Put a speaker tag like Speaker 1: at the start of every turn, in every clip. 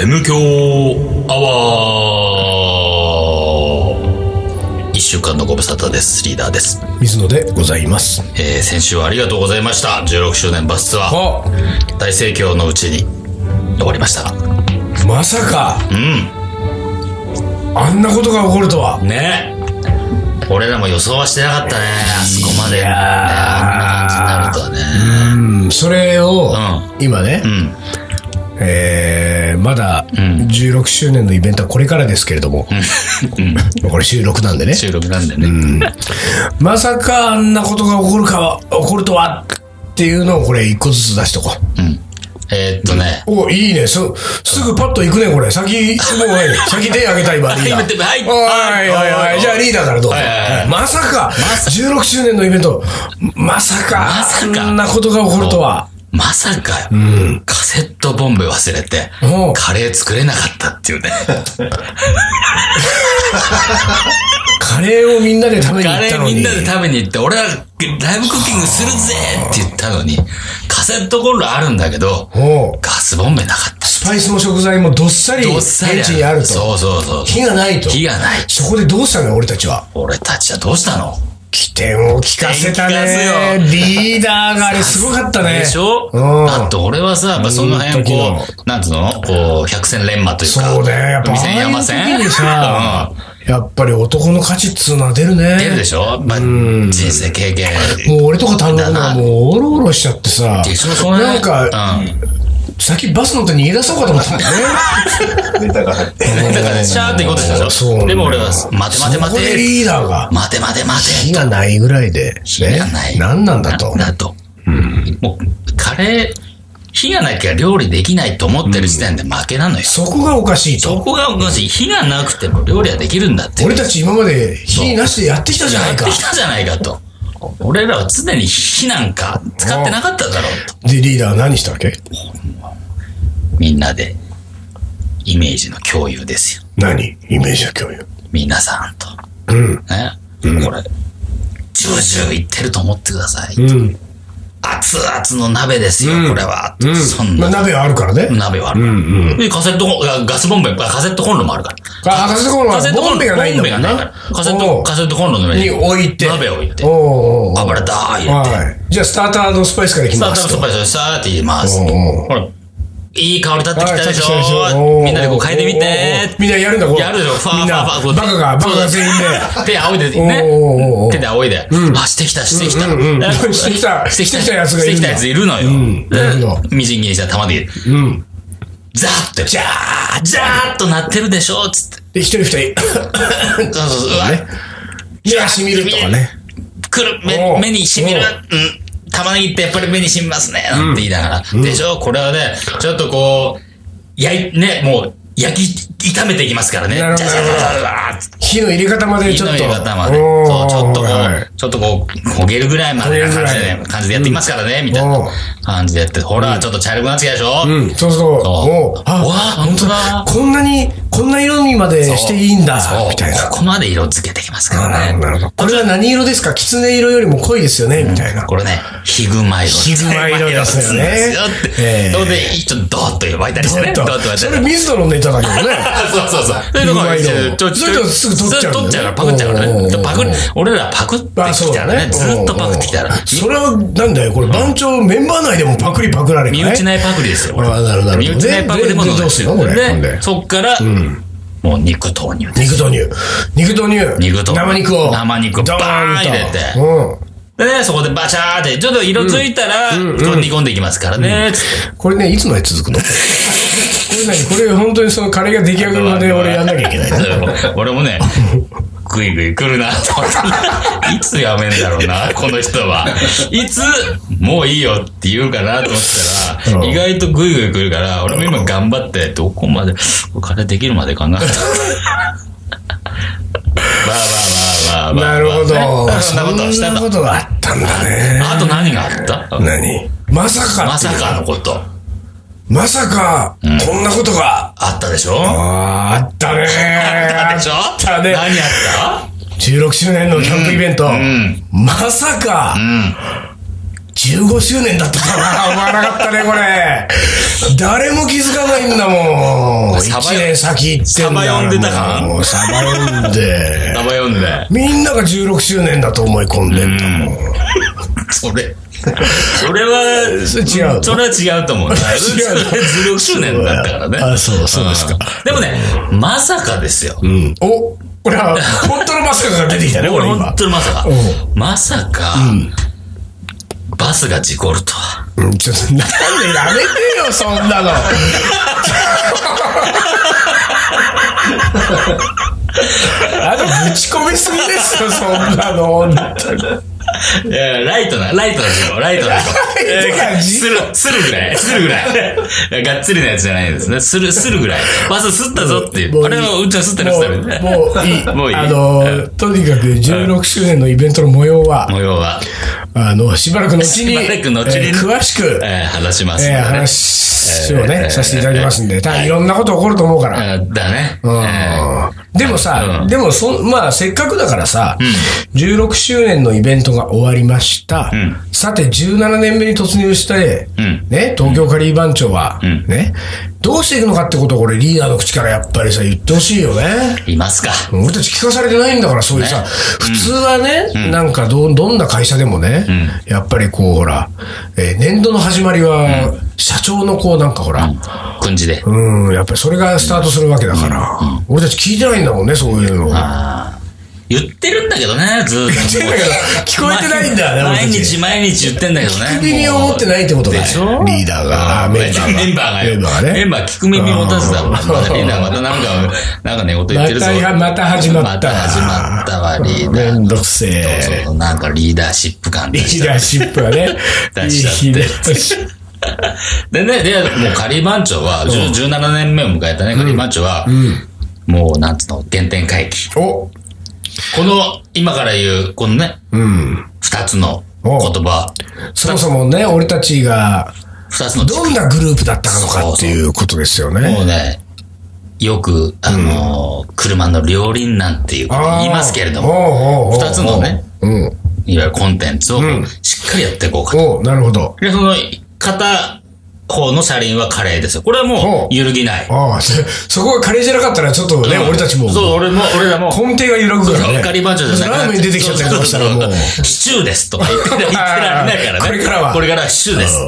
Speaker 1: M 強アワー一週間のご無沙汰です。リーダーです。
Speaker 2: 水野でございます。
Speaker 1: えー、先週はありがとうございました。16周年バスツアー。
Speaker 2: あ、
Speaker 1: 大盛況のうちに終わりました。
Speaker 2: まさか、
Speaker 1: うん。
Speaker 2: あんなことが起こるとは。
Speaker 1: ね俺らも予想はしてなかったね。あそこまで、ね、
Speaker 2: やー
Speaker 1: あんな感じになるとはね。
Speaker 2: うん、それを、
Speaker 1: う
Speaker 2: 今ね、えー、まだ16周年のイベントはこれからですけれども、これ収録なんでね
Speaker 1: うん。。収録なんでね。
Speaker 2: まさかあんなことが起こるかは、起こるとはっていうのをこれ一個ずつ出しとこう。
Speaker 1: うん。えーっとね。
Speaker 2: お、いいね。す、すぐパッと行くね、これ。先、もう、 はい先手あげた今、リーダ
Speaker 1: はい
Speaker 2: ー。はい、はい、
Speaker 1: はいはい
Speaker 2: はい。じゃあ、リーダーからどうぞ。
Speaker 1: はいはいはい
Speaker 2: まさか、16周年のイベント、まさか、
Speaker 1: まさか
Speaker 2: あんなことが起こるとは。
Speaker 1: まさかよ、カセットボンベ忘れて
Speaker 2: おう、
Speaker 1: カレー作れなかったっていうね。
Speaker 2: カレーをみんなで食べに行
Speaker 1: カ
Speaker 2: っ
Speaker 1: レ
Speaker 2: た
Speaker 1: ー
Speaker 2: のに。
Speaker 1: みんなで食べに行って、俺はライブクッキングするぜって言ったのに、カセットコンロあるんだけど、
Speaker 2: おう
Speaker 1: ガスボンベなかった。
Speaker 2: スパイスも食材もどっさり、
Speaker 1: どっ
Speaker 2: 現
Speaker 1: さり
Speaker 2: 地にあると。
Speaker 1: そうそうそう。
Speaker 2: 火がないと。
Speaker 1: 火がない。
Speaker 2: そこでどうしたのよ、俺たちは。
Speaker 1: 俺たちはどうしたの
Speaker 2: 起点を聞かせたね。リーダーがあれすごかったね。
Speaker 1: でしょ
Speaker 2: うん。
Speaker 1: だって俺はさ、やっぱその辺
Speaker 2: うん
Speaker 1: こ
Speaker 2: 時
Speaker 1: う、なんつうのこう、百戦錬磨というか。
Speaker 2: そうね。やっぱ、
Speaker 1: 海戦山
Speaker 2: ああいう時に
Speaker 1: 戦
Speaker 2: さ、やっぱり男の価値っつうのは出るね。
Speaker 1: 出るでしょまあ、人生経験。
Speaker 2: もう俺とか単独がもうオロオロしちゃってさ、
Speaker 1: でしょその辺
Speaker 2: なんか、
Speaker 1: うん。
Speaker 2: 先バス乗って逃げ出そうかと思ったもん ね。
Speaker 3: ネタが入って。
Speaker 1: だから、シャーって行こうとしたでし
Speaker 2: そうな
Speaker 1: ょ
Speaker 2: の
Speaker 1: でも俺は、待て待て
Speaker 2: そ
Speaker 1: 待
Speaker 2: こで
Speaker 1: て。
Speaker 2: リーダーが、
Speaker 1: 待て待て待
Speaker 2: 火
Speaker 1: て。
Speaker 2: がないぐらいで、
Speaker 1: 火がない
Speaker 2: ね、何なんだと。
Speaker 1: だと。もう、カレー、火がなきゃ料理できないと思ってる時点で負けなのよ。
Speaker 2: そこがおかしい
Speaker 1: そ
Speaker 2: と。
Speaker 1: こがおかしい。火がなくても料理はできるんだって。
Speaker 2: 俺たち今まで火なしでやってきたじゃな
Speaker 1: や
Speaker 2: い
Speaker 1: って
Speaker 2: か。
Speaker 1: きたじゃないかと。俺らは常に火なんか使ってなかっただろうと。
Speaker 2: で、リーダーは何したわけ
Speaker 1: みんなで、イメージの共有ですよ。
Speaker 2: 何イメージは共有。
Speaker 1: 皆さんと。
Speaker 2: うん。
Speaker 1: ね。これ、ジュージューいってると思ってください。
Speaker 2: うん。
Speaker 1: 熱々の鍋ですよ、これは。そん
Speaker 2: まあ、
Speaker 1: な、
Speaker 2: 鍋はあるからね。
Speaker 1: 鍋はあるから。でカセットコンいや、ガスボンベ、あカセットコンロもあるから。
Speaker 2: あカセットコンロは
Speaker 1: カセットコンロ
Speaker 2: ボンベがないんだもんな
Speaker 1: ボンベがないからカセッ
Speaker 2: お
Speaker 1: ト、
Speaker 2: う
Speaker 1: カセットコンロの上
Speaker 2: に置いて。
Speaker 1: 鍋を置いて。
Speaker 2: おうおうおう
Speaker 1: 暴れたー言って。
Speaker 2: はい。じゃあ、スターターのスパイスからいき
Speaker 1: スター
Speaker 2: ま
Speaker 1: トアッ
Speaker 2: す
Speaker 1: プス
Speaker 2: と。
Speaker 1: パイスさーって言います。
Speaker 2: おうおう
Speaker 1: ほら、いい香り立ってきたで
Speaker 2: はい
Speaker 1: し
Speaker 2: 立ってきたでし
Speaker 1: ょ
Speaker 2: ょ
Speaker 1: みんなでこう変えてみて
Speaker 2: みんなやるんだ、こう。
Speaker 1: やるでしょファー
Speaker 2: みんな、
Speaker 1: ファーファーこ
Speaker 2: バ
Speaker 1: う
Speaker 2: カが、バカが全員で。
Speaker 1: 手仰いでて
Speaker 2: おうおうお
Speaker 1: ね
Speaker 2: う。
Speaker 1: 手で仰いで。あ、してきた、してきた。
Speaker 2: うんうんうん
Speaker 1: なんか
Speaker 2: してきた
Speaker 1: してきた
Speaker 2: してきたやつがいるんだ
Speaker 1: してきたやついるのよ
Speaker 2: ん。なるほ
Speaker 1: でみじん切りした玉で。
Speaker 2: うん。
Speaker 1: ザーって、ジャー、ジャーっとなってるでしょつって。
Speaker 2: で、一人二人、
Speaker 1: そうそうそう。うわ
Speaker 2: 目がしみるとかね。
Speaker 1: くる、
Speaker 2: おう
Speaker 1: 目目にしみる。
Speaker 2: おう
Speaker 1: うん。玉ねぎってやっぱり目にしみますね。なんて言いながら。でしょこれはね、ちょっとこう、焼い、ね、もう、焼き、炒めていきますからね。
Speaker 2: なるほど
Speaker 1: じゃじゃじゃじゃじゃーっつって
Speaker 2: 火の入れ方まで
Speaker 1: ち
Speaker 2: ち
Speaker 1: ょ
Speaker 2: ょ
Speaker 1: っ
Speaker 2: っ
Speaker 1: と。
Speaker 2: と。
Speaker 1: 方まで。そ
Speaker 2: おー
Speaker 1: う、ちょっとこ、
Speaker 2: はいう
Speaker 1: ちょっとこう、焦げるぐらいまでな感じ
Speaker 2: 焦げる
Speaker 1: で
Speaker 2: ぐらい
Speaker 1: 感じでやっていきますからね、みたい
Speaker 2: お
Speaker 1: な
Speaker 2: う
Speaker 1: 感じでやって、ほら、ちょっと茶色くなってきたでしょ
Speaker 2: うん、そうそう。
Speaker 1: そう
Speaker 2: おう
Speaker 1: うわ本当だ
Speaker 2: こんなに、こんな色にまでしていいんだ
Speaker 1: そう、、
Speaker 2: みたいな。
Speaker 1: ここまで色付けてきますから
Speaker 2: なるほど、
Speaker 1: ね。
Speaker 2: なるほど。これは何色ですか狐色よりも濃いですよね、みたいな。
Speaker 1: これね、ヒグマ色。
Speaker 2: ヒグマ色ですよね
Speaker 1: ヒグマ色なんですよっ
Speaker 2: え
Speaker 1: て。
Speaker 2: え
Speaker 1: それで、ちょっとドーッと湧いたりしてね。ドー
Speaker 2: ちょ
Speaker 1: ッ
Speaker 2: っ
Speaker 1: と
Speaker 2: と
Speaker 1: 湧いたりし
Speaker 2: そ
Speaker 1: て
Speaker 2: れ水野のネタだけどね。
Speaker 1: そうそうそう。そうい
Speaker 2: ヒ
Speaker 1: うと
Speaker 2: グ
Speaker 1: こ
Speaker 2: マ色
Speaker 1: ちょち
Speaker 2: そ
Speaker 1: ょ
Speaker 2: れとすぐ取っちゃうんだよね
Speaker 1: すぐ取っちゃうから、パクっちゃうから
Speaker 2: おうおうおうお
Speaker 1: ね。
Speaker 2: う
Speaker 1: パクる、俺らパクってき
Speaker 2: あそう
Speaker 1: た
Speaker 2: だ
Speaker 1: ら
Speaker 2: ね
Speaker 1: ね、ずっとパクってきた
Speaker 2: うん
Speaker 1: ら
Speaker 2: うんう。んそれは、なんだよ、これ、番長メンバー内でもパクリパクられる
Speaker 1: 身内ないパクリですよ、俺
Speaker 2: あーなるほどなる
Speaker 1: 身
Speaker 2: ほど
Speaker 1: 内ないパクリも
Speaker 2: でで
Speaker 1: 飲ん
Speaker 2: どうすんのこれほん
Speaker 1: で、
Speaker 2: で
Speaker 1: そっから、もう肉投入です。
Speaker 2: 肉豆乳。肉豆乳。
Speaker 1: 肉豆乳
Speaker 2: 生肉を。
Speaker 1: 生肉を
Speaker 2: ドーンと
Speaker 1: バーン入れて
Speaker 2: う
Speaker 1: でね、そこでバチャーって、ちょっと色ついたら、こう煮込んでいきますからね、つって。
Speaker 2: ん。これね、いつまで続く のこれ何これ本当にそのカレーが出来上がるまで俺やんなきゃいけないの。
Speaker 1: 俺もね、グイグイ来るなと思って、 いつやめんだろうな、この人は。いつ、もういいよって言うかなと思った
Speaker 2: う
Speaker 1: ら、
Speaker 2: ん
Speaker 1: 意外とグイグイ来るから、俺も今頑張って、どこまで、これできるまで かな。まあまあまあまあまあ、
Speaker 2: なるほ
Speaker 1: ね
Speaker 2: ど。
Speaker 1: そんなことをし
Speaker 2: そん
Speaker 1: た
Speaker 2: な
Speaker 1: の。
Speaker 2: ことがあったんだね。
Speaker 1: あと何があった
Speaker 2: 何まさか。
Speaker 1: まさ。かのこと。
Speaker 2: まさか、こんなことが。
Speaker 1: あったでしょ
Speaker 2: あーあったね
Speaker 1: あったでしょ
Speaker 2: あったね
Speaker 1: 何あった
Speaker 2: 16周年のキャンプイベント。
Speaker 1: ん
Speaker 2: まさか、
Speaker 1: うん。
Speaker 2: 15周年だったとは思わなかったね、これ。誰も気づかないんだもん。
Speaker 1: サバ
Speaker 2: 1年先行ってんだから。
Speaker 1: サバ読んでたか
Speaker 2: もうサバ読んで。
Speaker 1: 名前読んで。
Speaker 2: みんなが16周年だと思い込んでんだもん。
Speaker 1: それ。それは、
Speaker 2: それ違うの
Speaker 1: それは違うと思うな。それ
Speaker 2: 違うの
Speaker 1: 16周年だったからね。
Speaker 2: あそうそうですか
Speaker 1: ん。でもね、まさかですよ。
Speaker 2: うん。おこれは、本当のまさかが出てきたね、俺今。
Speaker 1: 本当にまさか
Speaker 2: う。
Speaker 1: まさか、バスが事故るとは。
Speaker 2: うんちょっと、なんでやめてよ、そんなの。あの、ぶち込みすぎですよ、そんなの。本当に
Speaker 1: いやライトな、ライトな事故、ライトな 事故。
Speaker 2: ライトな事
Speaker 1: する、するぐらい、するぐらい。 がっつりなやつじゃないですね。する、するぐらい。バスすったぞっていう。あれはうんちゃんすったらすったみたいな。
Speaker 2: もうもういい。
Speaker 1: もういい
Speaker 2: あのー、とにかく16周年のイベントの模様は、
Speaker 1: 模様は、
Speaker 2: あの、しばらく後に、
Speaker 1: しばらく後に
Speaker 2: えー詳しく、
Speaker 1: えー話しますん
Speaker 2: えー
Speaker 1: でね。
Speaker 2: 話を
Speaker 1: え
Speaker 2: ね、
Speaker 1: ー
Speaker 2: させていただきますん
Speaker 1: え
Speaker 2: で、
Speaker 1: ー
Speaker 2: 多分いろんなこと起こると思うから。
Speaker 1: あだね。えー
Speaker 2: でもさ、
Speaker 1: うん
Speaker 2: でもそ、まあ、せっかくだからさ、16周年のイベントが終わりました。
Speaker 1: ん
Speaker 2: さて、17年目に突入して、
Speaker 1: うん
Speaker 2: ね、東京カリー番長は、
Speaker 1: ん
Speaker 2: ね、どうしていくのかってことを俺リーダーの口からやっぱりさ、言ってほしいよね。
Speaker 1: いますか。
Speaker 2: 俺たち聞かされてないんだから、そういうさ、
Speaker 1: ね
Speaker 2: 普通はね、なんかど、どんな会社でもね、やっぱりこう、ほら、えー年度の始まりは、社長のこう、なんかほら、
Speaker 1: 訓示で。
Speaker 2: うん、やっぱりそれがスタートするわけだから、俺たち聞いてないんだもんね、そういうの。
Speaker 1: あー言ってるんだけどね、ずーっと。
Speaker 2: 言ってんだけど聞こえてないんだよね俺
Speaker 1: 毎
Speaker 2: たち
Speaker 1: 日毎日言ってんだけどね。
Speaker 2: 聞く耳を持ってないってことだね
Speaker 1: でしょ
Speaker 2: リーダーが
Speaker 1: あ
Speaker 2: あメンバーが
Speaker 1: メンバーがよ。
Speaker 2: メンバーがね
Speaker 1: メンバー聞く耳持たずだもん。ま
Speaker 2: うん
Speaker 1: たリーダーまたなんか、なんかね、音言ってるぞ。
Speaker 2: またまた始まった
Speaker 1: また始まったわ、リーダ
Speaker 2: め
Speaker 1: ー。
Speaker 2: んどくせえ。
Speaker 1: そうなんかリーダーシップ感で
Speaker 2: リ
Speaker 1: し
Speaker 2: ー
Speaker 1: た
Speaker 2: ダーシップはね、
Speaker 1: 出し
Speaker 2: いい
Speaker 1: ちゃって
Speaker 2: リーダーシップ
Speaker 1: でね、で、もう仮番長は、10 17年目を迎えたね、仮番長は、もう、なんつうの、原点回帰。
Speaker 2: お、
Speaker 1: この、今から言う、このね、
Speaker 2: うん。
Speaker 1: 二つの言葉、
Speaker 2: そもそもね、俺たちが、
Speaker 1: 二つの軸
Speaker 2: どんなグループだったのかっていうことですよ
Speaker 1: も
Speaker 2: ね。
Speaker 1: うね、よく、あのー車の両輪なんていうこと
Speaker 2: あー
Speaker 1: 言いますけれども、
Speaker 2: も
Speaker 1: 二つのね。
Speaker 2: うん。
Speaker 1: いわゆるコンテンツを
Speaker 2: ん
Speaker 1: しっかりやっていこうかと。
Speaker 2: おなるほど。
Speaker 1: で、その、片方の車輪はカレーですよ。これはも
Speaker 2: ほ
Speaker 1: う
Speaker 2: う
Speaker 1: 揺るぎない。
Speaker 2: ああ、そ そこがカレーじゃなかったら、ちょっとね、
Speaker 1: うん
Speaker 2: 俺たちも、
Speaker 1: そう、俺も、俺らも。
Speaker 2: 根底が揺らぐからね。
Speaker 1: カリバンチョじゃなく
Speaker 2: ラーメン出てきちゃったりとかしたらもう。
Speaker 1: シチューですとか言って言ってられないからね。
Speaker 2: これからは
Speaker 1: これからはシチューです。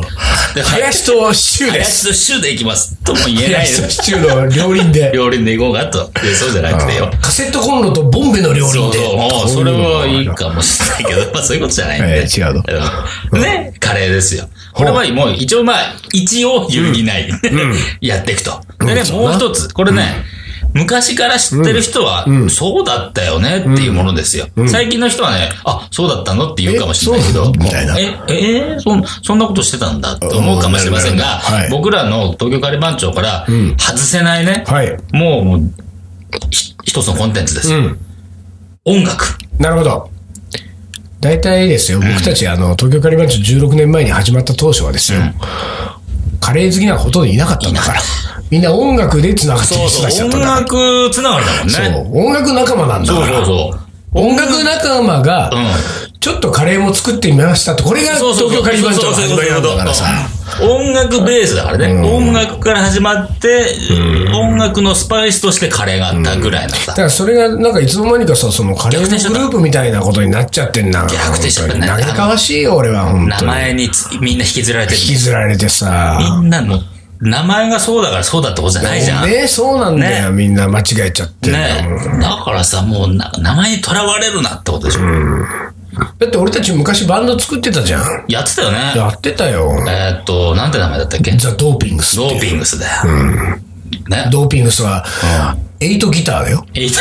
Speaker 1: で
Speaker 2: 林とシチューです。
Speaker 1: 林とシチューでいきます。とも言えない
Speaker 2: 林とシチューの両輪で。
Speaker 1: 両輪でいこうかと。でそうじゃなくてよ。
Speaker 2: カセットコンロとボンベの両
Speaker 1: そ
Speaker 2: 輪
Speaker 1: う
Speaker 2: で。
Speaker 1: そう、もうそれはいいかもしれないけど、まあ そういうことじゃないんで。
Speaker 2: ええ違うの
Speaker 1: うんね、カレーですよ。これはもう一応まあ、一応揺るぎない。 やっていくと。でね、
Speaker 2: うん
Speaker 1: もう一つ、これね、昔から知ってる人は、そうだったよねっていうものですよ。最近の人はね、あ、そうだったのって言うかもしれないけ
Speaker 2: えそ
Speaker 1: ど
Speaker 2: う、みたいな
Speaker 1: え、えーそん、そんなことしてたんだと思うかもしれませんが、
Speaker 2: うんはい
Speaker 1: 僕らの東京カレー番長から
Speaker 2: ん
Speaker 1: 外せないね、
Speaker 2: はい。
Speaker 1: もう、もう、ひ一つのコンテンツです
Speaker 2: う
Speaker 1: よ。
Speaker 2: ん。
Speaker 1: 音楽。
Speaker 2: なるほど。大体ですよ、僕たち、あの、東京カリバンチョ16年前に始まった当初はですよ、カレー好きなほとんどいなかったんだから、みんな音楽で繋がって
Speaker 1: そ
Speaker 2: る
Speaker 1: う
Speaker 2: 人たち
Speaker 1: そ
Speaker 2: だ
Speaker 1: う、
Speaker 2: ったん
Speaker 1: 音
Speaker 2: だから。
Speaker 1: 楽つながりだもんね。そう
Speaker 2: そう、音楽仲間なんだ
Speaker 1: そ
Speaker 2: か
Speaker 1: う
Speaker 2: ら。
Speaker 1: そう
Speaker 2: 音楽仲間が、
Speaker 1: う
Speaker 2: ちょっとカレーも作ってみましたって、これが
Speaker 1: そうそう
Speaker 2: 東京カリバンチョの
Speaker 1: そう
Speaker 2: 始
Speaker 1: そう
Speaker 2: まり
Speaker 1: そ
Speaker 2: な
Speaker 1: うんそう
Speaker 2: だからさ。
Speaker 1: 音楽ベースだからね。音楽から始まって、音楽のスパイスとしてカレーがあったぐらいの
Speaker 2: だ
Speaker 1: さ
Speaker 2: か。らそれが、なんかいつの間にかさ、そのカレー
Speaker 1: 逆転しちゃ
Speaker 2: の
Speaker 1: っ
Speaker 2: グ
Speaker 1: た
Speaker 2: ループみたいなことになっちゃってんな。
Speaker 1: 逆転しちゃったね
Speaker 2: 本当に嘆かわしいよ、俺は、本
Speaker 1: 名
Speaker 2: 当に。
Speaker 1: 前につみんな引きずられてる
Speaker 2: 引。きずられてさ。
Speaker 1: みんなもう、名前がそうだからそうだってことじゃないじゃん。ね。
Speaker 2: ね、そうなんだよ、みんな間違えちゃってんだもん。
Speaker 1: だからさ、もうな名前にとらわれるなってことでしょ。
Speaker 2: だって俺たち昔バンド作ってたじゃん。
Speaker 1: やってたよね。
Speaker 2: やってたよ。
Speaker 1: えーっと、なんて名前だったっけ
Speaker 2: ザ・ドーピングス。
Speaker 1: ドーピングスだよ。ね。
Speaker 2: ドーピングスは、エイトギターだよ。
Speaker 1: えいた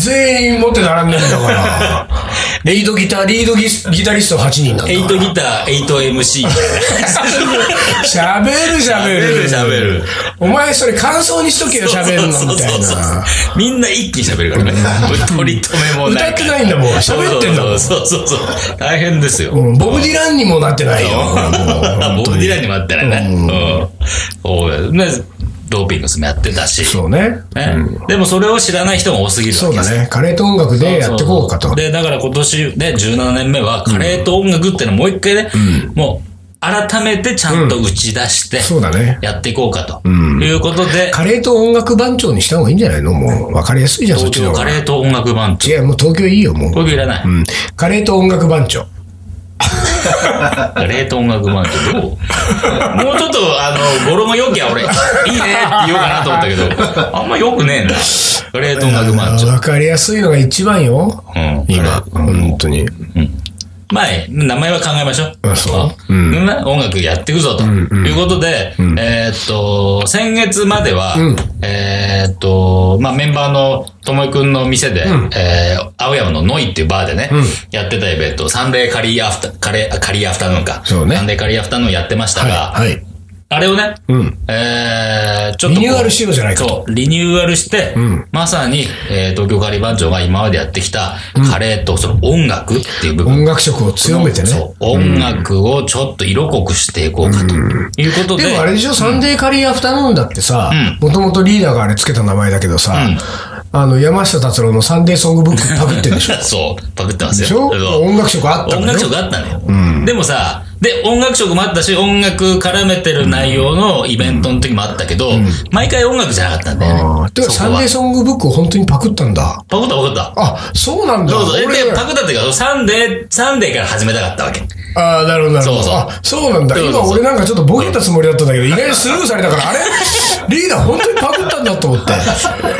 Speaker 2: 全員持って並んでんだ から。リードギター、リードギスギタリスト8人なんだ
Speaker 1: エイ
Speaker 2: か
Speaker 1: トギター、エイト MC みたいな。
Speaker 2: ら。喋る喋る。
Speaker 1: 喋る喋る。
Speaker 2: お前それ感想にしとけよ、喋るのみたい
Speaker 1: そうそうそう
Speaker 2: な。
Speaker 1: そうみんな一気に喋るからね。取り留めもない。
Speaker 2: 歌ってないんだもん喋ってんだもん
Speaker 1: そうそうそうそう。大変ですよ。
Speaker 2: うんボブ・ディランに もなってないよ。
Speaker 1: ボブ・ディランにもあってないね。うん。そうだよね。ドーピングスもやってたし。
Speaker 2: そうね。
Speaker 1: ねでもそれを知らない人が多すぎる
Speaker 2: そ
Speaker 1: わ
Speaker 2: う
Speaker 1: け
Speaker 2: だ
Speaker 1: ですよ
Speaker 2: ね。カレーと音楽でやってこうかと。
Speaker 1: で、だから今年で17年目は、カレーと音楽っていうのをもう一回ね、もう、改めてちゃんと打ち出して、
Speaker 2: そうだね。
Speaker 1: やっていこうかと。いうことで、
Speaker 2: カレーと音楽番長にした方がいいんじゃないのもう、わかりやすいじゃん、そっ
Speaker 1: 東
Speaker 2: ちの
Speaker 1: 京
Speaker 2: 方
Speaker 1: カ
Speaker 2: が。
Speaker 1: レーと音楽番長。
Speaker 2: 違う、もう東京いいよ、もう。
Speaker 1: これいらない。
Speaker 2: うん。カレーと音楽番長。
Speaker 1: カレーと音楽番 長どうもうちょっと、あの、語呂も良きや、俺。いいねって言おうかなと思ったけど、あんま良くねえな。カレーと音楽番長。
Speaker 2: わかりやすいのが一番よ。
Speaker 1: うん
Speaker 2: 今、本当に。
Speaker 1: まあ、名前は考えましょう。
Speaker 2: あそう
Speaker 1: うんね音楽やっていくぞと。いうことで、えーっと、先月までは、
Speaker 2: うん
Speaker 1: えーっと、まあ、メンバーのともいくんの店で、えー青山のノイっていうバーでね、やってたイベント、サンデーカリーアフタ、カレー、カリーアフタヌーンか。
Speaker 2: そうね
Speaker 1: サンデーカリーアフタヌーンやってましたが、
Speaker 2: はい。はい。
Speaker 1: あれをね、
Speaker 2: うん。
Speaker 1: えー、ちょっとこう。
Speaker 2: リニューアルしようじゃないかと
Speaker 1: そう、リニューアルして、まさに、えー、東京カリー番長が今までやってきた、カレーとその音楽っていう部分。
Speaker 2: 音楽色を強めてね。
Speaker 1: そう。音楽をちょっと色濃くしていこうかと。いうことで。
Speaker 2: でもあれでしょ、サンデーカリーアフタヌーンだってさ、もともとリーダーがあれつけた名前だけどさ、あの、山下達郎のサンデーソングブックパクってんでしょ
Speaker 1: そう。パクってます
Speaker 2: で
Speaker 1: よ。
Speaker 2: しょ
Speaker 1: そう
Speaker 2: 音楽色あったんだよ
Speaker 1: 音楽色があったのよ。でもさ、で、音楽色もあったし、音楽絡めてる内容のイベントの時もあったけど、毎回音楽じゃなかったんだよ
Speaker 2: あ
Speaker 1: ね
Speaker 2: ー。てか
Speaker 1: そ
Speaker 2: サ
Speaker 1: こ
Speaker 2: ン
Speaker 1: は
Speaker 2: デーソングブックを本当にパクったんだ。
Speaker 1: パクったパクった。
Speaker 2: あ、そうなんだ。
Speaker 1: そうそう。
Speaker 2: 俺
Speaker 1: で、パクったっていうか、サンデー、サンデーから始めたかったわけ。
Speaker 2: ああ、なるほど、なるほど。
Speaker 1: そうそう
Speaker 2: あ、そうなんだ。
Speaker 1: そうそうそう
Speaker 2: 今俺なんかちょっとボケたつもりだったんだけど、意外にスルーされたから、あれリーダー本当にパクったんだと思って。
Speaker 1: だか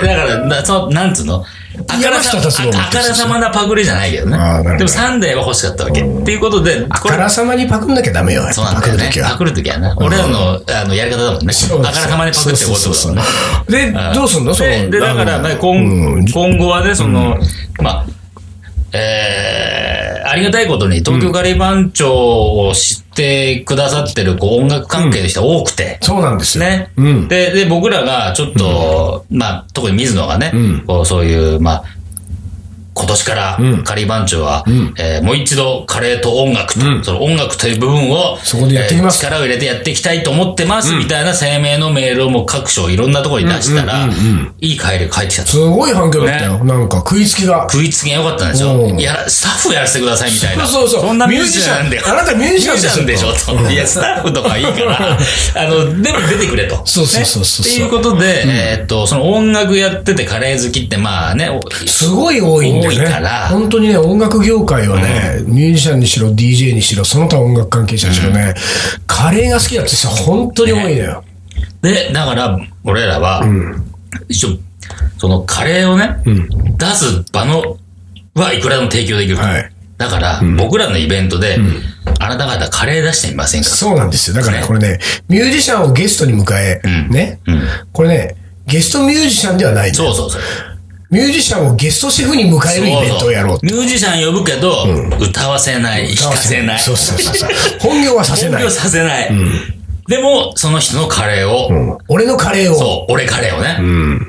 Speaker 1: ら、なそのなんつうのあか
Speaker 2: 山
Speaker 1: らさ
Speaker 2: 下
Speaker 1: あ
Speaker 2: 達郎
Speaker 1: あからさまなパクリじゃないけどね
Speaker 2: あーなるほ。ど
Speaker 1: でもサンデーは欲しかったわけ。っていう ことで、
Speaker 2: あからさまにパクんなきゃダメよ。
Speaker 1: そうなん
Speaker 2: パ
Speaker 1: だ
Speaker 2: ク
Speaker 1: よ
Speaker 2: る
Speaker 1: ね
Speaker 2: とき。
Speaker 1: パ
Speaker 2: は。
Speaker 1: クるときはね。俺らの、あの、やり方だもんね。
Speaker 2: そうです
Speaker 1: あからさまにパクってこうってことだもんね。
Speaker 2: で、どうすんのその
Speaker 1: で、でだから、まあ、
Speaker 2: う
Speaker 1: 今
Speaker 2: ん
Speaker 1: 今後はね、その、まあ、えー、ありがたいことに、東京ガリバン長を知ってくださってる、こう、音楽関係の人が多くて、
Speaker 2: そうなんですよ。
Speaker 1: ね、
Speaker 2: うん
Speaker 1: で、で、僕らがちょっと、まあ、特に水野がね、
Speaker 2: うん
Speaker 1: こうそういう、まあ、今年から
Speaker 2: うん
Speaker 1: カリー番長は、
Speaker 2: ん
Speaker 1: えーもう一度カレーと音楽と、
Speaker 2: うん
Speaker 1: その音楽という部分を、
Speaker 2: そこでやっていきます
Speaker 1: えー力を入れてやっていきたいと思ってます、みたいな声明のメールをもう各所いろんなところに出したら、
Speaker 2: うんうんうんうん
Speaker 1: いいカエル返ってきたと。
Speaker 2: すごい反響だったよ。なんか食いつきが。
Speaker 1: 食いつきが良かったんです
Speaker 2: お
Speaker 1: よ。
Speaker 2: う
Speaker 1: いや、スタッフやらせてくださいみたいな。
Speaker 2: そうそうそうん
Speaker 1: なミュージシャンなんだよ。
Speaker 2: ミュージシャンあなたミュージシャンでしょ
Speaker 1: ミュージシャンでしょと。いや、スタッフとかはいい から、あの、でも出てくれと。
Speaker 2: そうそうそうそう
Speaker 1: ねっていうことで、えーっと、その音楽やっててカレー好きって、まあね、お
Speaker 2: すごい多いんだ
Speaker 1: 多いか
Speaker 2: よね
Speaker 1: ら。
Speaker 2: 本当にね、音楽業界はね、ミュージシャンにしろ、DJ にしろ、その他音楽関係者にしろね、カレーが好きだって人本当に多いのよ。
Speaker 1: で、だから、俺らは、一応、そのカレーをね、出す場の、はいくらでも提供できると。
Speaker 2: はい
Speaker 1: だから、僕らのイベントで、あなた方カレー出してみませんか
Speaker 2: そうなんですよ。だからねこれね、ミュージシャンをゲストに迎え、ね、これね、ゲストミュージシャンではないの
Speaker 1: そうそうそう。
Speaker 2: ミュージシャンをゲストシェフに迎えるイベントをやろうって。
Speaker 1: ミュージシャン呼ぶけど、歌わせない、弾かせない。
Speaker 2: そうそうそうそう。本業はさせ
Speaker 1: 本
Speaker 2: ない
Speaker 1: 業。させない。でも、その人のカレーを、
Speaker 2: 俺のカレーを。
Speaker 1: そう、俺カレーをね、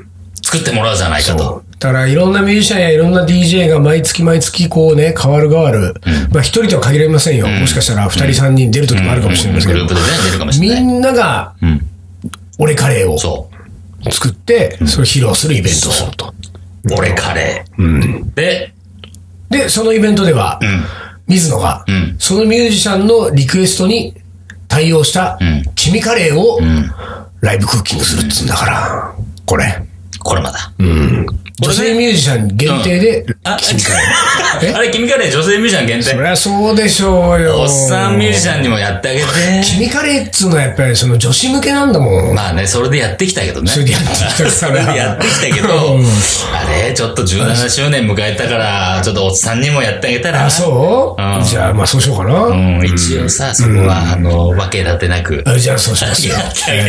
Speaker 1: 作ってもらおうじゃないかと。
Speaker 2: だからいろんなミュージシャンやいろんな DJ が毎月毎月こうね、変わる変わる。まあ一人とは限りませんよ。もしかしたら二人三人出る時もあるかもしれません
Speaker 1: グ
Speaker 2: け
Speaker 1: ル
Speaker 2: ど
Speaker 1: ープ。でね、出るかもしれない。
Speaker 2: みんなが、俺カレーを
Speaker 1: そ
Speaker 2: 作って、それを披露するイベントをすると。
Speaker 1: う、俺カレー。で、
Speaker 2: で、そのイベントでは、水野が
Speaker 1: ん、
Speaker 2: そのミュージシャンのリクエストに対応した、チミカレーをライブクッキングするっつうんだから、これ。
Speaker 1: これまだ。
Speaker 2: 女性ミュージシャン限定で、
Speaker 1: あ、
Speaker 2: チミカレー。え
Speaker 1: あれ、君カレー女性ミュージシャン限
Speaker 2: そ
Speaker 1: 定。
Speaker 2: りゃそうでしょうよ。
Speaker 1: おっさんミュージシャンにもやってあげて。
Speaker 2: 君カレーっつうのはやっぱりその女子向けなんだもん。
Speaker 1: まあね、それでやってきたけどね。
Speaker 2: それでやってきたから
Speaker 1: それでやってきたけど、
Speaker 2: うん
Speaker 1: あれ、ちょっと17周年迎えたから、ちょっとおっさんにもやってあげたら。
Speaker 2: あ、そう、
Speaker 1: うん
Speaker 2: じゃあまあそうしようかな。
Speaker 1: うん、一応さ、そこは、あの、分け立てなく。
Speaker 2: あじゃあそうしますよ。
Speaker 1: やってあげて。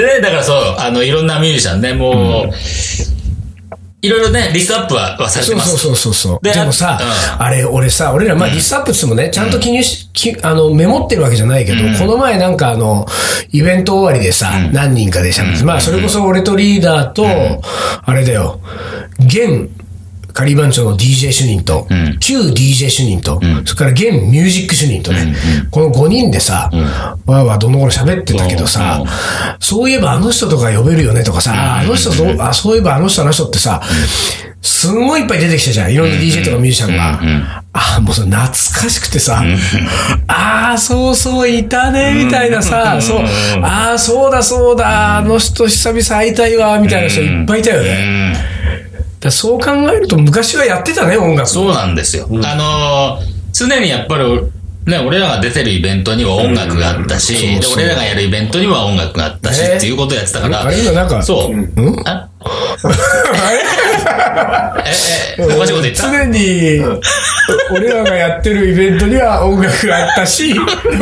Speaker 1: でね、だからそう、あの、いろんなミュージシャンね、もう、いろいろね、リストアップははされて
Speaker 2: そう
Speaker 1: ま
Speaker 2: そ
Speaker 1: す。
Speaker 2: うそうそう。
Speaker 1: で
Speaker 2: でもさ、
Speaker 1: う
Speaker 2: あれ、俺さ、俺ら、まあ、リストアップっつってもね、ちゃんと記入し、きあの、メモってるわけじゃないけど、この前なんかあの、イベント終わりでさ、何人かでしゃべって、まあ、それこそ俺とリーダーと、あれだよ、現、カリー番長の DJ 主任と、
Speaker 1: ん
Speaker 2: 旧 DJ 主任と、
Speaker 1: ん
Speaker 2: それから現ミュージック主任とね、この5人でさ、わーわーどの頃喋ってたけどさ、
Speaker 1: うん
Speaker 2: そういえばあの人とか呼べるよねとかさ、あの人どうあ、そういえばあの人あの人ってさ、すごいいっぱい出てきたじゃん。いろんな DJ とかミュージシャンが。ああ、もうそれ懐かしくてさ、ああ、そうそう、いたね、みたいなさ、そう、ああ、そうだそうだ、あの人久々会いたいわ、みたいな人いっぱいいたよね。
Speaker 1: うん
Speaker 2: だからそう考えると昔はやってたね、音楽。
Speaker 1: そうなんですよ。あのー常にやっぱり、ね、俺らが出てるイベントには音楽があったし、
Speaker 2: うん
Speaker 1: で
Speaker 2: そうそう
Speaker 1: 俺らがやるイベントには音楽があったし、
Speaker 2: ね
Speaker 1: っていうことをやってたから、
Speaker 2: あれ今なんか、
Speaker 1: そう。あえ、え、おかしいこと言った
Speaker 2: 常に、俺らがやってるイベントには音楽があったし、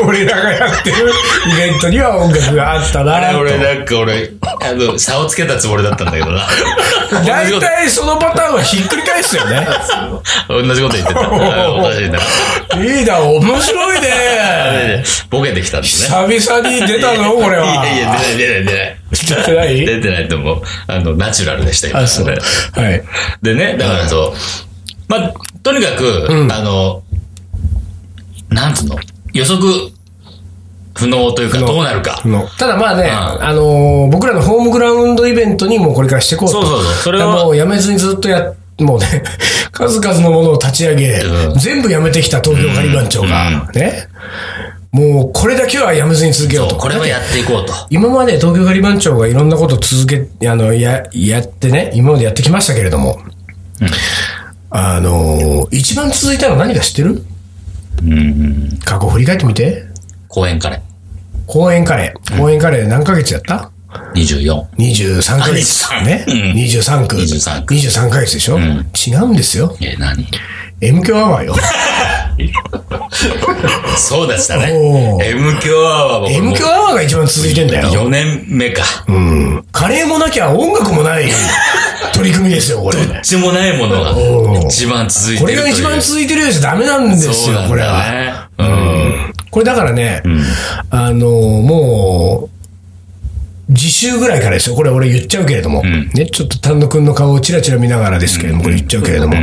Speaker 2: 俺らがやってるイベントには音楽があった
Speaker 1: あ
Speaker 2: な
Speaker 1: れ
Speaker 2: と。
Speaker 1: 俺なんか俺、あの、差をつけたつもりだったんだけどな。同じ
Speaker 2: 大
Speaker 1: こと
Speaker 2: 体そのパターンはひっくり返すよ ね。
Speaker 1: 同じこと言ってた。おかしいな。
Speaker 2: リーダー面白い
Speaker 1: あ
Speaker 2: ね。
Speaker 1: れねボケてきたんですね。
Speaker 2: 久々に出たのこれ
Speaker 1: いやいや
Speaker 2: は。、
Speaker 1: 出ない出ない出ない。
Speaker 2: 出てない
Speaker 1: 出てないと思う。あの、ナチュラルでしたよ。
Speaker 2: あ、そう。はい。
Speaker 1: でね、だからそう、まあ、とにかく、
Speaker 2: うん
Speaker 1: あの、なんつうの、予測不能というか、
Speaker 2: 能
Speaker 1: どうなるか。
Speaker 2: ただまあね、
Speaker 1: ん
Speaker 2: あのー僕らのホームグラウンドイベントにもこれからしていこうと。
Speaker 1: そうそうそうそれは
Speaker 2: もうやめずにずっとや、もうね、 数々のものを立ち上げ、
Speaker 1: うん
Speaker 2: 全部やめてきた東京カリバン長が、ね、もうこれだけはやめずに続けよう
Speaker 1: そ
Speaker 2: と。
Speaker 1: うこれはやっていこうと。
Speaker 2: 今まで東京ガリバン長がいろんなことを続け、あの、や、やってね、今までやってきましたけれども、あのー一番続いたの何か知ってる
Speaker 1: うん、
Speaker 2: 過去振り返ってみて。
Speaker 1: 公演から
Speaker 2: 公演カレー。公演カレー何ヶ月やった、
Speaker 1: 24。
Speaker 2: ?23 ヶ月
Speaker 1: あ。23
Speaker 2: ね。
Speaker 1: うん
Speaker 2: 23区。
Speaker 1: 23区
Speaker 2: 23ヶ月でしょ、違うんですよ。
Speaker 1: え、何
Speaker 2: M 響アワー よ。
Speaker 1: そうでしたね
Speaker 2: おー。
Speaker 1: M 響はもう
Speaker 2: M 響アワーが一番続いてんだよ。
Speaker 1: 4年目か。どっ
Speaker 2: カレーもなきゃ音楽もない取り組みですよ、これ。
Speaker 1: ちもないもの
Speaker 2: お
Speaker 1: が
Speaker 2: ー
Speaker 1: 一番続いて
Speaker 2: こ
Speaker 1: るとい
Speaker 2: れ
Speaker 1: う。
Speaker 2: が一番続いてるようじゃダメなんです
Speaker 1: そう
Speaker 2: よ、
Speaker 1: なん
Speaker 2: これは。
Speaker 1: だね。うん。
Speaker 2: これだからね、あの、もう、次週ぐらいからですよ。これ俺言っちゃうけれども。
Speaker 1: ん
Speaker 2: ね、ちょっと丹野くんの顔をチラチラ見ながらですけれども、これ言っちゃうけれども。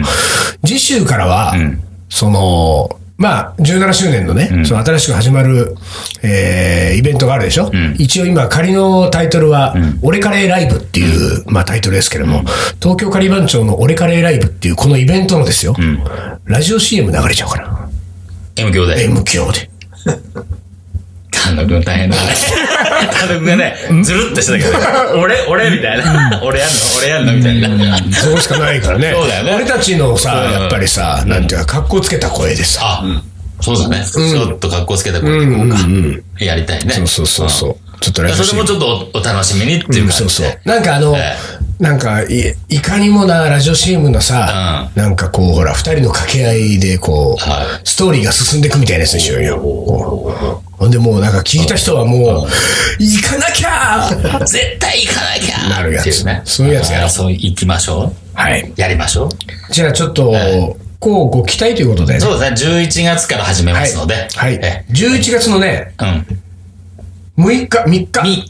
Speaker 2: 次週からは、
Speaker 1: ん
Speaker 2: その、まあ、17周年のね、その新しく始まる、えーイベントがあるでしょ、一応今仮のタイトルは、俺カレーライブっていう、まあタイトルですけれども、東京カリバン町の俺カレーライブっていうこのイベントのですよ、ラジオ CM 流れちゃうから
Speaker 1: M 響で。
Speaker 2: M 響で。
Speaker 1: 丹野くん大変だね。丹野くんがね、ずるっとしてたけど、俺、俺みたいな。俺やんの俺やんのみたいな。
Speaker 2: そうしかないからね。
Speaker 1: そうだよね
Speaker 2: 俺たちのさ、
Speaker 1: うん
Speaker 2: やっぱりさ、なんていうか、格好つけた声でさ。
Speaker 1: あ、そうだね。ちょっと格好つけた声でいこうか。やりたいね。
Speaker 2: そうそうそうそう。ちょっと
Speaker 1: うん。
Speaker 2: ラジオ
Speaker 1: それもちょっとおお楽しみにっていう感じで。
Speaker 2: そうそう。なんかあの
Speaker 1: え、
Speaker 2: なんかい、いかにもなラジオ CM のさ、なんかこう、ほら、二人の掛け合いで、こ
Speaker 1: は
Speaker 2: う、ストーリーが進んでいくみたいなやつにしようよ。こうほんでもうなんか聞いた人はもう、行かなきゃ
Speaker 1: 絶対行かなきゃ
Speaker 2: なるやつ
Speaker 1: っていうね。
Speaker 2: そういうやつやろ
Speaker 1: あーそう、行きましょ
Speaker 2: はい。
Speaker 1: う。やりましょう。
Speaker 2: じゃあちょっと、こうご期待ということで。
Speaker 1: そうですね。11月から始め
Speaker 2: は
Speaker 1: ま
Speaker 2: い
Speaker 1: すので。
Speaker 2: はい
Speaker 1: え。
Speaker 2: 11月のね、
Speaker 1: うん。
Speaker 2: 6日、3日。
Speaker 1: 3
Speaker 2: 11
Speaker 1: 日、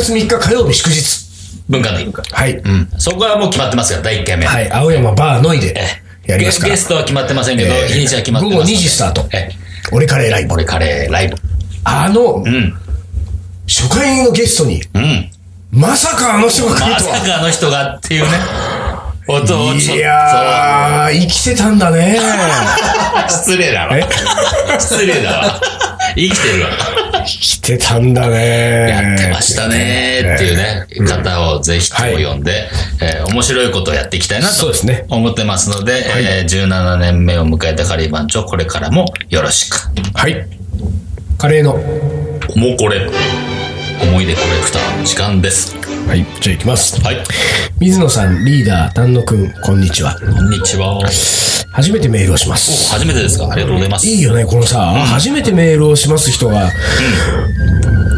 Speaker 2: 月3日火曜日祝日。
Speaker 1: 文化の日。
Speaker 2: はい。
Speaker 1: うん。そこはもう決まってますから、第1回目。
Speaker 2: はい。青山バーノイで
Speaker 1: え
Speaker 2: やりますから
Speaker 1: ゲゲ。ストは決まってませんけど、
Speaker 2: ええ
Speaker 1: 日にちは決まってます
Speaker 2: 午後2時スタート
Speaker 1: ええ
Speaker 2: 俺カレーライブ。
Speaker 1: 俺カレーライブ。
Speaker 2: あの、
Speaker 1: うん。
Speaker 2: 初回のゲストに、
Speaker 1: うん。
Speaker 2: まさかあの人が来
Speaker 1: ま
Speaker 2: ると
Speaker 1: さ
Speaker 2: は。
Speaker 1: かあの人がっていうね。音をちょっ
Speaker 2: いやー、生きてたんだ ね。
Speaker 1: と、失礼だわ
Speaker 2: え。
Speaker 1: 失礼だわ。生きてるわ。
Speaker 2: 生きてたんだね。
Speaker 1: やってましたねーっていうね、方をぜひとも呼んで、えー面白いことをやっていきたいな
Speaker 2: そう
Speaker 1: と
Speaker 2: ですね
Speaker 1: 思ってますので、えー17年目を迎えたカリー番長、これからもよろしく。
Speaker 2: はい。カレーの。
Speaker 1: もうこれ、思い出コレクターの時間です。
Speaker 2: はい。じゃあ行きます。
Speaker 1: はい。
Speaker 2: 水野さん、リーダー、丹野くん、こんにちは。
Speaker 1: こんにちは。
Speaker 2: 初めてメールをします。
Speaker 1: 初めてですかありがとうございます。
Speaker 2: いいよね、このさ、初めてメールをします人が、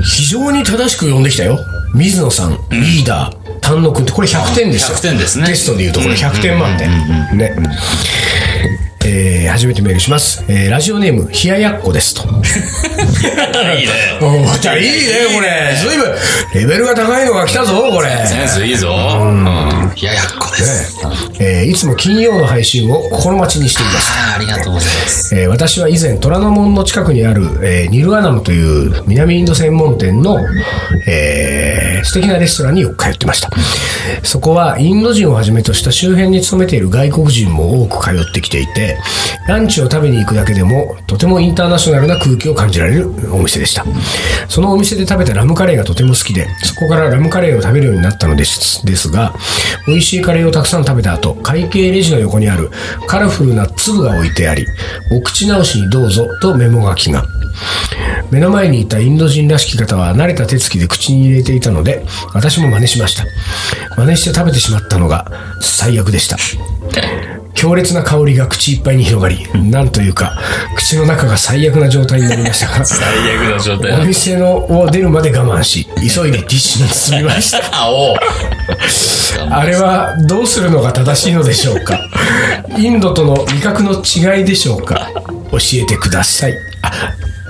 Speaker 2: 非常に正しく呼んできたよ。水野さん、リーダー、丹野くんって、これ100点ですよ。
Speaker 1: 100点ですね
Speaker 2: テストで言うと、これ100点満点。ね。えー、初めてメールします。えー、ラジオネーム、冷ややっこですと。
Speaker 1: いいね。
Speaker 2: おー じゃあいいね、これ。ずいぶん、レベルが高いのが来たぞ、これ。
Speaker 1: センスいいぞ。うん。いや、やっこです。
Speaker 2: えーいつも金曜の配信を心待ちにしています。
Speaker 1: ああ、ありがとうございます。
Speaker 2: えー私は以前、虎ノ門の近くにある、えーニルアナムという南インド専門店の、えー素敵なレストランによく通ってました。そこはインド人をはじめとした周辺に勤めている外国人も多く通ってきていて、ランチを食べに行くだけでも、とてもインターナショナルな空気を感じられるお店でした。そのお店で食べたラムカレーがとても好きで、そこからラムカレーを食べるようになったのですですが、美味しいカレーをたくさん食べた後、会計レジの横にあるカラフルな粒が置いてあり、お口直しにどうぞとメモ書きが。目の前にいたインド人らしき方は慣れた手つきで口に入れていたので、私も真似しました。真似して食べてしまったのが最悪でした。強烈な香りが口いっぱいに広がり、なんというか、口の中が最悪な状態になりましたが、
Speaker 1: 最悪の状態
Speaker 2: お
Speaker 1: だ。
Speaker 2: 店のを出るまで我慢し、急いでティッシュに包みま した。
Speaker 1: あおう
Speaker 2: あれはどうするのが正しいのでしょう かインドとの味覚の違いでしょうか教えてください。あ、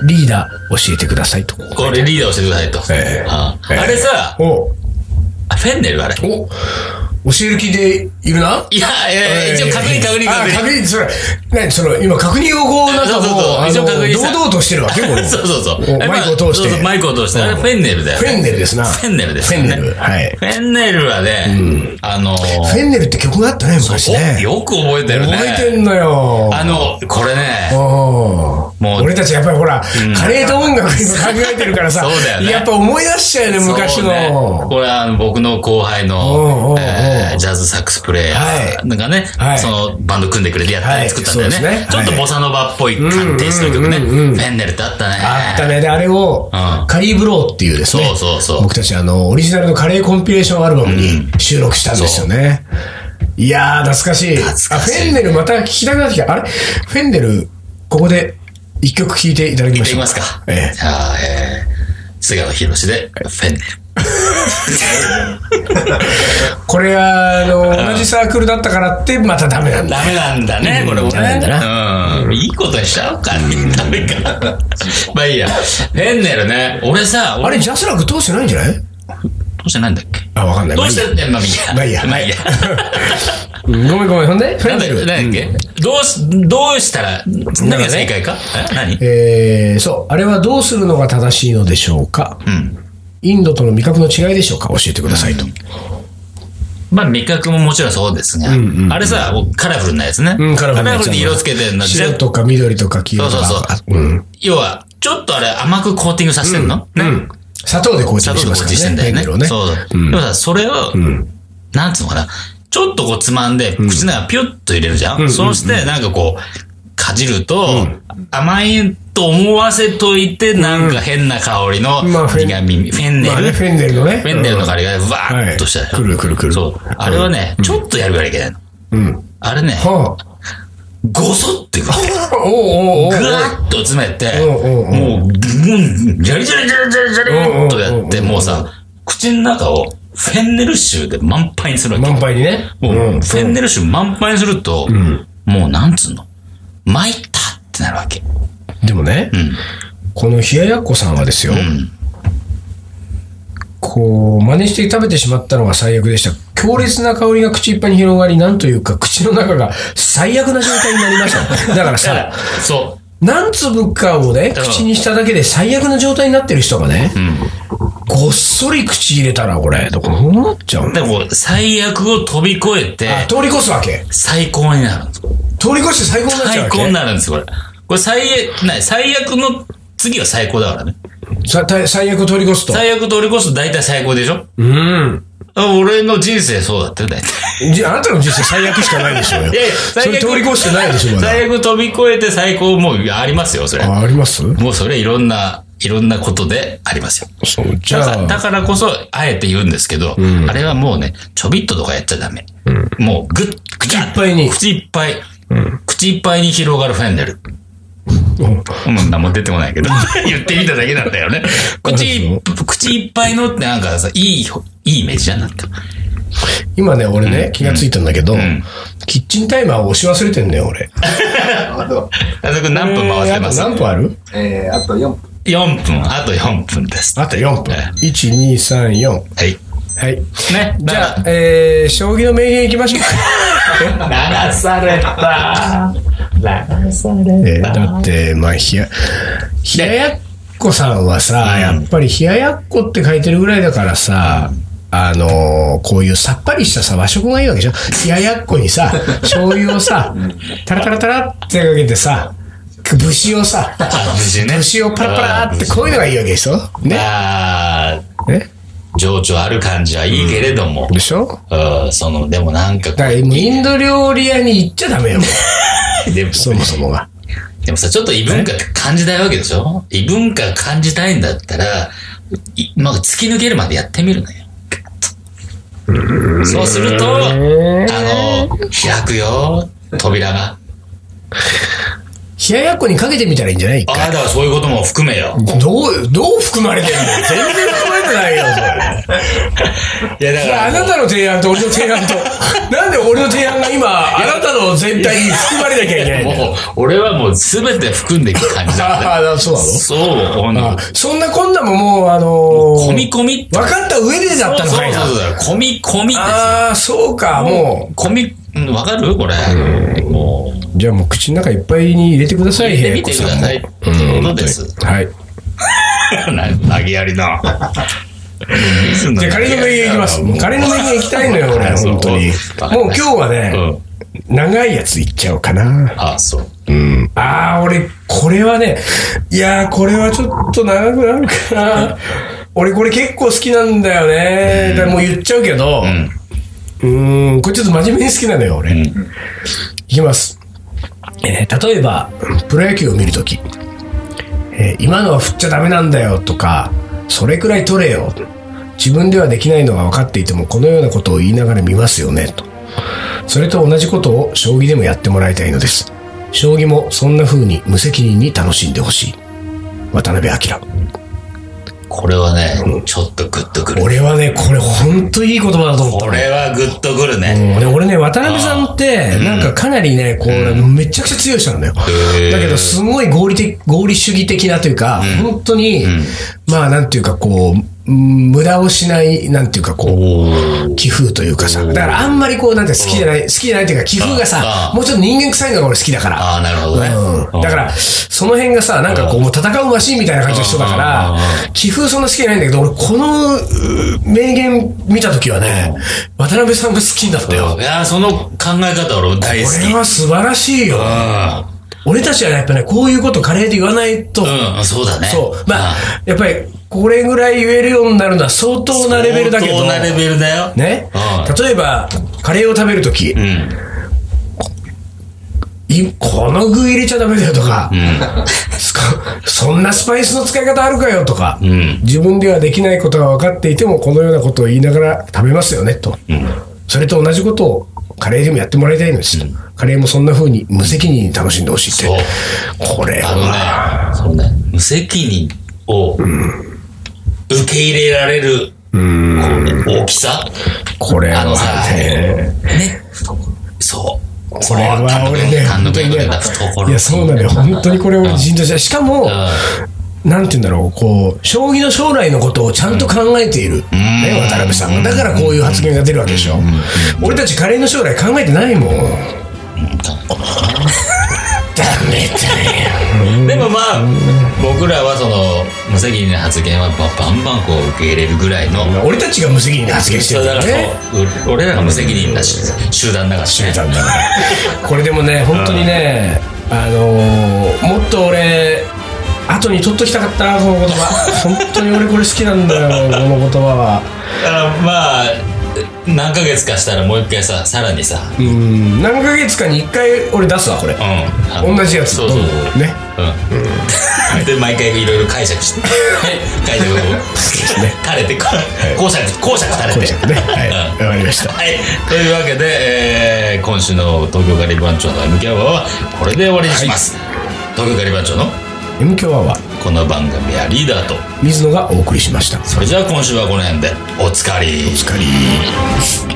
Speaker 2: リーダー教えてくださいと。
Speaker 1: これリーダー教えてくださいと。
Speaker 2: ええ
Speaker 1: あ
Speaker 2: ええ
Speaker 1: あれさ、
Speaker 2: お、
Speaker 1: あフェンネルあれ。
Speaker 2: お、教える気でいるない
Speaker 1: や、ええ一応確認確認
Speaker 2: あ
Speaker 1: 確認。
Speaker 2: 確認、それ、何その、今確認をこう、なんかもう、あ
Speaker 1: そうそうそう一応確認
Speaker 2: の
Speaker 1: した
Speaker 2: 堂々としてるわけ、これ
Speaker 1: そうそうそう。
Speaker 2: お
Speaker 1: あれ
Speaker 2: マイクを通して
Speaker 1: そうそうマイクを通して。あれフェンネルだよ
Speaker 2: フ
Speaker 1: ね。
Speaker 2: ェンネルですな。
Speaker 1: フェンネルですよね
Speaker 2: フェンネル。はい。
Speaker 1: フェンネルはね、あのー、
Speaker 2: フェンネルって曲があったね、昔
Speaker 1: お
Speaker 2: ね。
Speaker 1: よく覚えてるね。
Speaker 2: 覚えてんのよ。
Speaker 1: あの、これね、
Speaker 2: も
Speaker 1: もう
Speaker 2: 俺たちやっぱりほら、カレーと音楽今考えてるからさ、
Speaker 1: そうだよね
Speaker 2: やっぱ思い出しちゃうよね、昔の。
Speaker 1: そうねこれはあの僕の後輩の
Speaker 2: おうおうおう
Speaker 1: えージャズサックスプレイヤーがね
Speaker 2: は、い
Speaker 1: そのバンド組んでくれてやったり作ったんだよ
Speaker 2: はいそうで
Speaker 1: ね。
Speaker 2: す
Speaker 1: ちょ
Speaker 2: ね
Speaker 1: っとボサノバっぽい感じする曲ね。
Speaker 2: うん
Speaker 1: フ
Speaker 2: うんうんうん
Speaker 1: ェンネルってあったね。
Speaker 2: あったね。で、あれを、
Speaker 1: うん
Speaker 2: カリーブローっていうですね。
Speaker 1: そうそうそう
Speaker 2: 僕たちあの、オリジナルのカレーコンピレーションアルバムに収録したんですよね。いやー、懐かしい。
Speaker 1: 懐かしい
Speaker 2: あ、フェンネルまた聞きたくなってきた。あれフェンネル、ここで一曲聴いていただき
Speaker 1: い
Speaker 2: ま
Speaker 1: って
Speaker 2: し
Speaker 1: み
Speaker 2: ょう
Speaker 1: ますか。
Speaker 2: ええ
Speaker 1: じゃあ、えー、菅野博士で、フェンネル。
Speaker 2: これは、あの、同じサークルだったからって、またダメなんだ。
Speaker 1: ダメなんだね、これもね。
Speaker 2: ダメなんだ
Speaker 1: うん。いいことにしちゃおうか。ダメか。まあいいや。フェンネルね。俺さ、
Speaker 2: あ
Speaker 1: 俺
Speaker 2: れ、ジャスラック通してないんじゃない
Speaker 1: どうしてないんだっけ
Speaker 2: あ、わかんない。
Speaker 1: どうしてんだよ、まあいいや。
Speaker 2: まあいいや
Speaker 1: まあいいや。
Speaker 2: うんごめんごめん、ほんでフ
Speaker 1: な
Speaker 2: ェ
Speaker 1: ん
Speaker 2: ン
Speaker 1: だ
Speaker 2: ネル。
Speaker 1: なんだっけどうし、どうしたら、何が正解かえ何
Speaker 2: えー、そう。あれはどうするのが正しいのでしょうか
Speaker 1: うん。
Speaker 2: インドとの味覚の違いでしょうか教えてくださいと。
Speaker 1: まあ味覚ももちろんそうですが、あれさ、カラフルなやつね。
Speaker 2: うんカラフルなやつ
Speaker 1: に色つけてるの。
Speaker 2: 白とか緑とか黄色とか。
Speaker 1: そうそう
Speaker 2: そう。ん。
Speaker 1: 要は、ちょっとあれ甘くコーティングさせてんの、ね
Speaker 2: 砂糖でコーティ
Speaker 1: 砂
Speaker 2: ングし
Speaker 1: 糖と
Speaker 2: ま
Speaker 1: こ
Speaker 2: す
Speaker 1: っ
Speaker 2: か
Speaker 1: ちして
Speaker 2: ら
Speaker 1: ん
Speaker 2: ね。
Speaker 1: だよね。
Speaker 2: フェンネルをね。
Speaker 1: そうだ。でもさ、それを、なんつうのかな、ちょっとこうつまんで、口の中ピュッと入れるじゃん、そうして、なんかこう、かじると、甘いと思わせといて、なんか変な香りの
Speaker 2: まあフェ
Speaker 1: 苦
Speaker 2: ン
Speaker 1: 味、フェンネ
Speaker 2: まあ
Speaker 1: ル
Speaker 2: ね、フェンネルのね。
Speaker 1: フェンネルの香りがわーっとした
Speaker 2: はいくるくるくる
Speaker 1: そう。あれはね、ちょっとやるからいけないの。
Speaker 2: うん。うん。
Speaker 1: あれね、
Speaker 2: は
Speaker 1: ごそってくる。
Speaker 2: あ。おうおうおうおう
Speaker 1: ぐわっと詰めて、
Speaker 2: うんうんうん
Speaker 1: もう、もう、じゃりじゃりじゃりじゃりじゃりっとやって、
Speaker 2: うんうんうんうん
Speaker 1: もうさ、口の中をフェンネル臭で満杯にするわけ。
Speaker 2: 満杯にね。
Speaker 1: もう、
Speaker 2: うん
Speaker 1: フェンネル臭満杯にすると、もうなんつうの、参ったってなるわけ。
Speaker 2: でもね、この冷ややっこさんはですよ、
Speaker 1: ん
Speaker 2: こう、真似して食べてしまったのが最悪でした。強烈な香りが口いっぱいに広がり、なんというか、口の中が最悪な状態になりました。だか ら
Speaker 1: だから
Speaker 2: さ、、
Speaker 1: そ
Speaker 2: 何粒かをね、
Speaker 1: うん
Speaker 2: 口にしただけで最悪な状態になってる人がね、
Speaker 1: う。うん。
Speaker 2: ごっそり口入れたら、これ、どこうなっちゃうんだ
Speaker 1: でも、最悪を飛び越えて、
Speaker 2: あ通り越すわけ。
Speaker 1: 最高になるんです。
Speaker 2: 通り越して最高になっちゃう
Speaker 1: 最
Speaker 2: わ
Speaker 1: 高に
Speaker 2: け。
Speaker 1: なるんです、これ。これ最悪、ない、最悪の次は最高だからね。
Speaker 2: さた最悪を通り越すと。
Speaker 1: 最悪通り越すと大体最高でしょ
Speaker 2: うん。
Speaker 1: 俺の人生そうだっ たよ、大体。
Speaker 2: じゃあ、あなたの人生最悪しかないでしょうよ。
Speaker 1: いやいや
Speaker 2: それ通り越してないでしょ、まだ。
Speaker 1: 最悪飛び越えて最高もうありますよ、それ。
Speaker 2: ああります
Speaker 1: もうそれいろんな、いろんなことでありますよ。
Speaker 2: そう、じ
Speaker 1: だ
Speaker 2: ゃ
Speaker 1: からだ
Speaker 2: あ、
Speaker 1: からこそ、あえて言うんですけど、あれはもうね、ちょびっととかやっちゃダメ。もうぐっ、口
Speaker 2: いっぱいに
Speaker 1: 口いっぱい。口いっぱいに広がるフェンネル。
Speaker 2: うん
Speaker 1: うん、何も出てこな いけど。言ってみただけなんだよね。口、口いっぱいのってなんかさ、いい、いいイメージじゃんなんか。
Speaker 2: 今ね、俺ね、気がついたんだけど
Speaker 1: ん、
Speaker 2: キッチンタイマーを押し忘れてんだよ、俺。
Speaker 3: あと、
Speaker 1: あそこ何分回ってます
Speaker 2: あと何分ある
Speaker 3: えー、あと4分。
Speaker 1: ?4 分、あと4分です。は
Speaker 2: あと4分。
Speaker 1: え
Speaker 2: 1、2、3、4。
Speaker 1: い。
Speaker 2: はい。
Speaker 1: ね。
Speaker 2: じ
Speaker 1: だから
Speaker 2: ゃあ、えー、将棋の名言いきましょうか。
Speaker 1: 流された。流され
Speaker 2: えだって、まあ、ひや、ひややっこさんはさ、
Speaker 1: うん
Speaker 2: やっぱりひややっこって書いてるぐらいだからさ、あのーこういうさっぱりしたさ、和食がいいわけでしょひややっこに さ、醤油をさ、タラタラタラってかけてさ、節をさ、
Speaker 1: 節ね
Speaker 2: 節をパラパラって、こういうのがいいわけでしょね
Speaker 1: あー
Speaker 2: ね
Speaker 1: 情緒ある感じはいいけれども。
Speaker 2: でしょ
Speaker 1: うん、その、でもなんかこ
Speaker 2: だから、もうインド料理屋に行っちゃダメよ、
Speaker 1: う、 でも
Speaker 2: そもそもが。
Speaker 1: でもさ、ちょっと異文化って感じたいわけでしょ異文化感じたいんだったら、いまあ、突き抜けるまでやってみるのよ。そうすると、あの、開くよ、扉が。
Speaker 2: 冷ややっこにかけてみたらいいんじゃない
Speaker 1: ああ、だからそういうことも含めよ。
Speaker 2: どう、どう含まれてんの全然含まれてないよ、それ。
Speaker 1: いや、だ
Speaker 2: いやあ
Speaker 1: か
Speaker 2: なたの提案と俺の提 案と、なんで俺の提案が今、あなたの全体に含まれなきゃいけな
Speaker 1: ら、
Speaker 2: いん だよ。
Speaker 1: もう、俺はもう全て含んでいく感じだから。
Speaker 2: ああ、そうなの
Speaker 1: そう、この
Speaker 2: あ、そんなこんなももう、あのー
Speaker 1: 込み込みって。
Speaker 2: 分かった上でだったのかいな
Speaker 1: そう。そうそうそう。込み込みですよ。
Speaker 2: ああ、そうか、も
Speaker 1: 込み、うんわかるこれ。もう、
Speaker 2: う。じゃあもう口の中いっぱいに入れてください、
Speaker 1: 見て
Speaker 2: 平
Speaker 1: み
Speaker 2: 子
Speaker 1: てく
Speaker 2: さ
Speaker 1: だ
Speaker 2: んも
Speaker 1: さいってことです。
Speaker 2: はい。
Speaker 1: 投げやりな。
Speaker 2: じゃあカレーの名言いきます。もうカレーの名言行きたいのよ、俺、
Speaker 1: そう
Speaker 2: 本当に。
Speaker 1: わかり
Speaker 2: もう今
Speaker 1: まし
Speaker 2: 日
Speaker 1: た
Speaker 2: はね、
Speaker 1: うん。
Speaker 2: 長いやついっちゃおうかな。
Speaker 1: あ、そう。
Speaker 2: ああ、俺、これはね、いやー、これはちょっと長くなるか な。俺、これ結構好きなんだよね。だからもう言っちゃうけど、
Speaker 1: ん
Speaker 2: うーん、これちょっと真面目に好きなのよ、俺。
Speaker 1: ん
Speaker 2: いきます。えー例えば、プロ野球を見るとき、えー今のは振っちゃダメなんだよとか、それくらい取れよ。自分ではできないのが分かっていても、このようなことを言いながら見ますよね、と。それと同じことを将棋でもやってもらいたいのです。将棋もそんな風に無責任に楽しんでほしい。渡辺明。
Speaker 1: これはね、ちょっとグッとくる。
Speaker 2: 俺はね、これほんといい言葉だと思った
Speaker 1: こ
Speaker 2: 俺。
Speaker 1: れはグッとくるね。
Speaker 2: うんで俺ね、渡辺さんって、なんかかなりね、こう、めちゃくちゃ強い人なんだよ。
Speaker 1: へー
Speaker 2: だけど、すごい合理的、合理主義的なというか、本当に、まあ、なんていうか、こう、うん無駄をしない、なんていうか、こう、
Speaker 1: おー
Speaker 2: 気風というかさ、だからあんまりこう、なんて好きじゃない、好きじゃないというか、気風が
Speaker 1: あ
Speaker 2: さ
Speaker 1: あ、
Speaker 2: もうちょっと人間臭いのが俺好きだから。
Speaker 1: ああ、なるほどね。
Speaker 2: うんだから、その辺がさ、なんかこう、もう戦うマシンみたいな感じの人だか
Speaker 1: うん
Speaker 2: ら、気風そんな好きじゃないんだけど、俺、このうー名言見たときはね、渡辺さんが好きになったよ
Speaker 1: う。ん。いやー、その考え方俺大好
Speaker 2: こ
Speaker 1: き。
Speaker 2: れは素晴らしいよ。俺たちはやっぱね、こういうことカレーで言わないと、
Speaker 1: うん。うん、そうだね。
Speaker 2: そう。まあ、やっぱり、これぐらい言えるようになるのは相当なレベルだけど、
Speaker 1: 相当なレベルだよ。
Speaker 2: ね
Speaker 1: う。
Speaker 2: 例えば、カレーを食べるとき、
Speaker 1: うん。
Speaker 2: いこの具入れちゃダメだよとか、 すこそんなスパイスの使い方あるかよとか、
Speaker 1: ん
Speaker 2: 自分ではできないことが分かっていてもこのようなことを言いながら食べますよねと、それと同じことをカレーでもやってもらいたいんです、カレーもそんな風に無責任に楽しんでほしいって
Speaker 1: そう
Speaker 2: これは
Speaker 1: あのね、そのね、無責任を受け入れられる、こう大きさ
Speaker 2: これ
Speaker 1: あのさ、
Speaker 2: はね
Speaker 1: ね、そう。こ
Speaker 2: これは俺ね
Speaker 1: 単
Speaker 2: 本
Speaker 1: 独
Speaker 2: 当
Speaker 1: で
Speaker 2: に
Speaker 1: 言
Speaker 2: ね
Speaker 1: うた懐
Speaker 2: いやそうなのよ本当にこれ俺人道じゃしかも、なんて言うんだろう、こう、将棋の将来のことをちゃんと考えている。ね、渡辺さんが。だからこういう発言が出るわけでしょ。俺たちカレーの将来考えてないもん。ダ メだよ。
Speaker 1: でもまあ、僕らはその、無責任な発言はばバンバンこう受け入れるぐらいの、
Speaker 2: 俺たちが無責任な発言して
Speaker 1: そ
Speaker 2: る
Speaker 1: う
Speaker 2: か
Speaker 1: だからら
Speaker 2: ね。
Speaker 1: そう、う俺らが無責任な集集団だからね。
Speaker 2: 決めたんだから。これでもね、本当にね、あのーもっと俺、後に取っときたかったな、この言葉。本当に俺これ好きなんだよ、この言葉は。
Speaker 1: あまあ、何ヶ月かしたらもう一回さ、さらにさ、うん。
Speaker 2: うん、何ヶ月かに一回俺出すわ、これ。
Speaker 1: あの
Speaker 2: 同じやつ。
Speaker 1: そうそうそう。
Speaker 2: ね。
Speaker 1: うん、で毎回いろいろ解釈して解釈を垂れてこう講釈講釈垂れて
Speaker 2: これじゃね。はい。
Speaker 1: うん
Speaker 2: わかりました。
Speaker 1: はい、と いうわけで、えー今週の東京ガリバン長の MK アワーはこれで終わりにします、東京ガリバン長の
Speaker 2: M 強アワー、
Speaker 1: この番組はリーダーと
Speaker 2: 水野がお送りしました。
Speaker 1: それじゃあ今週はこの辺でおつかり
Speaker 2: お疲れ。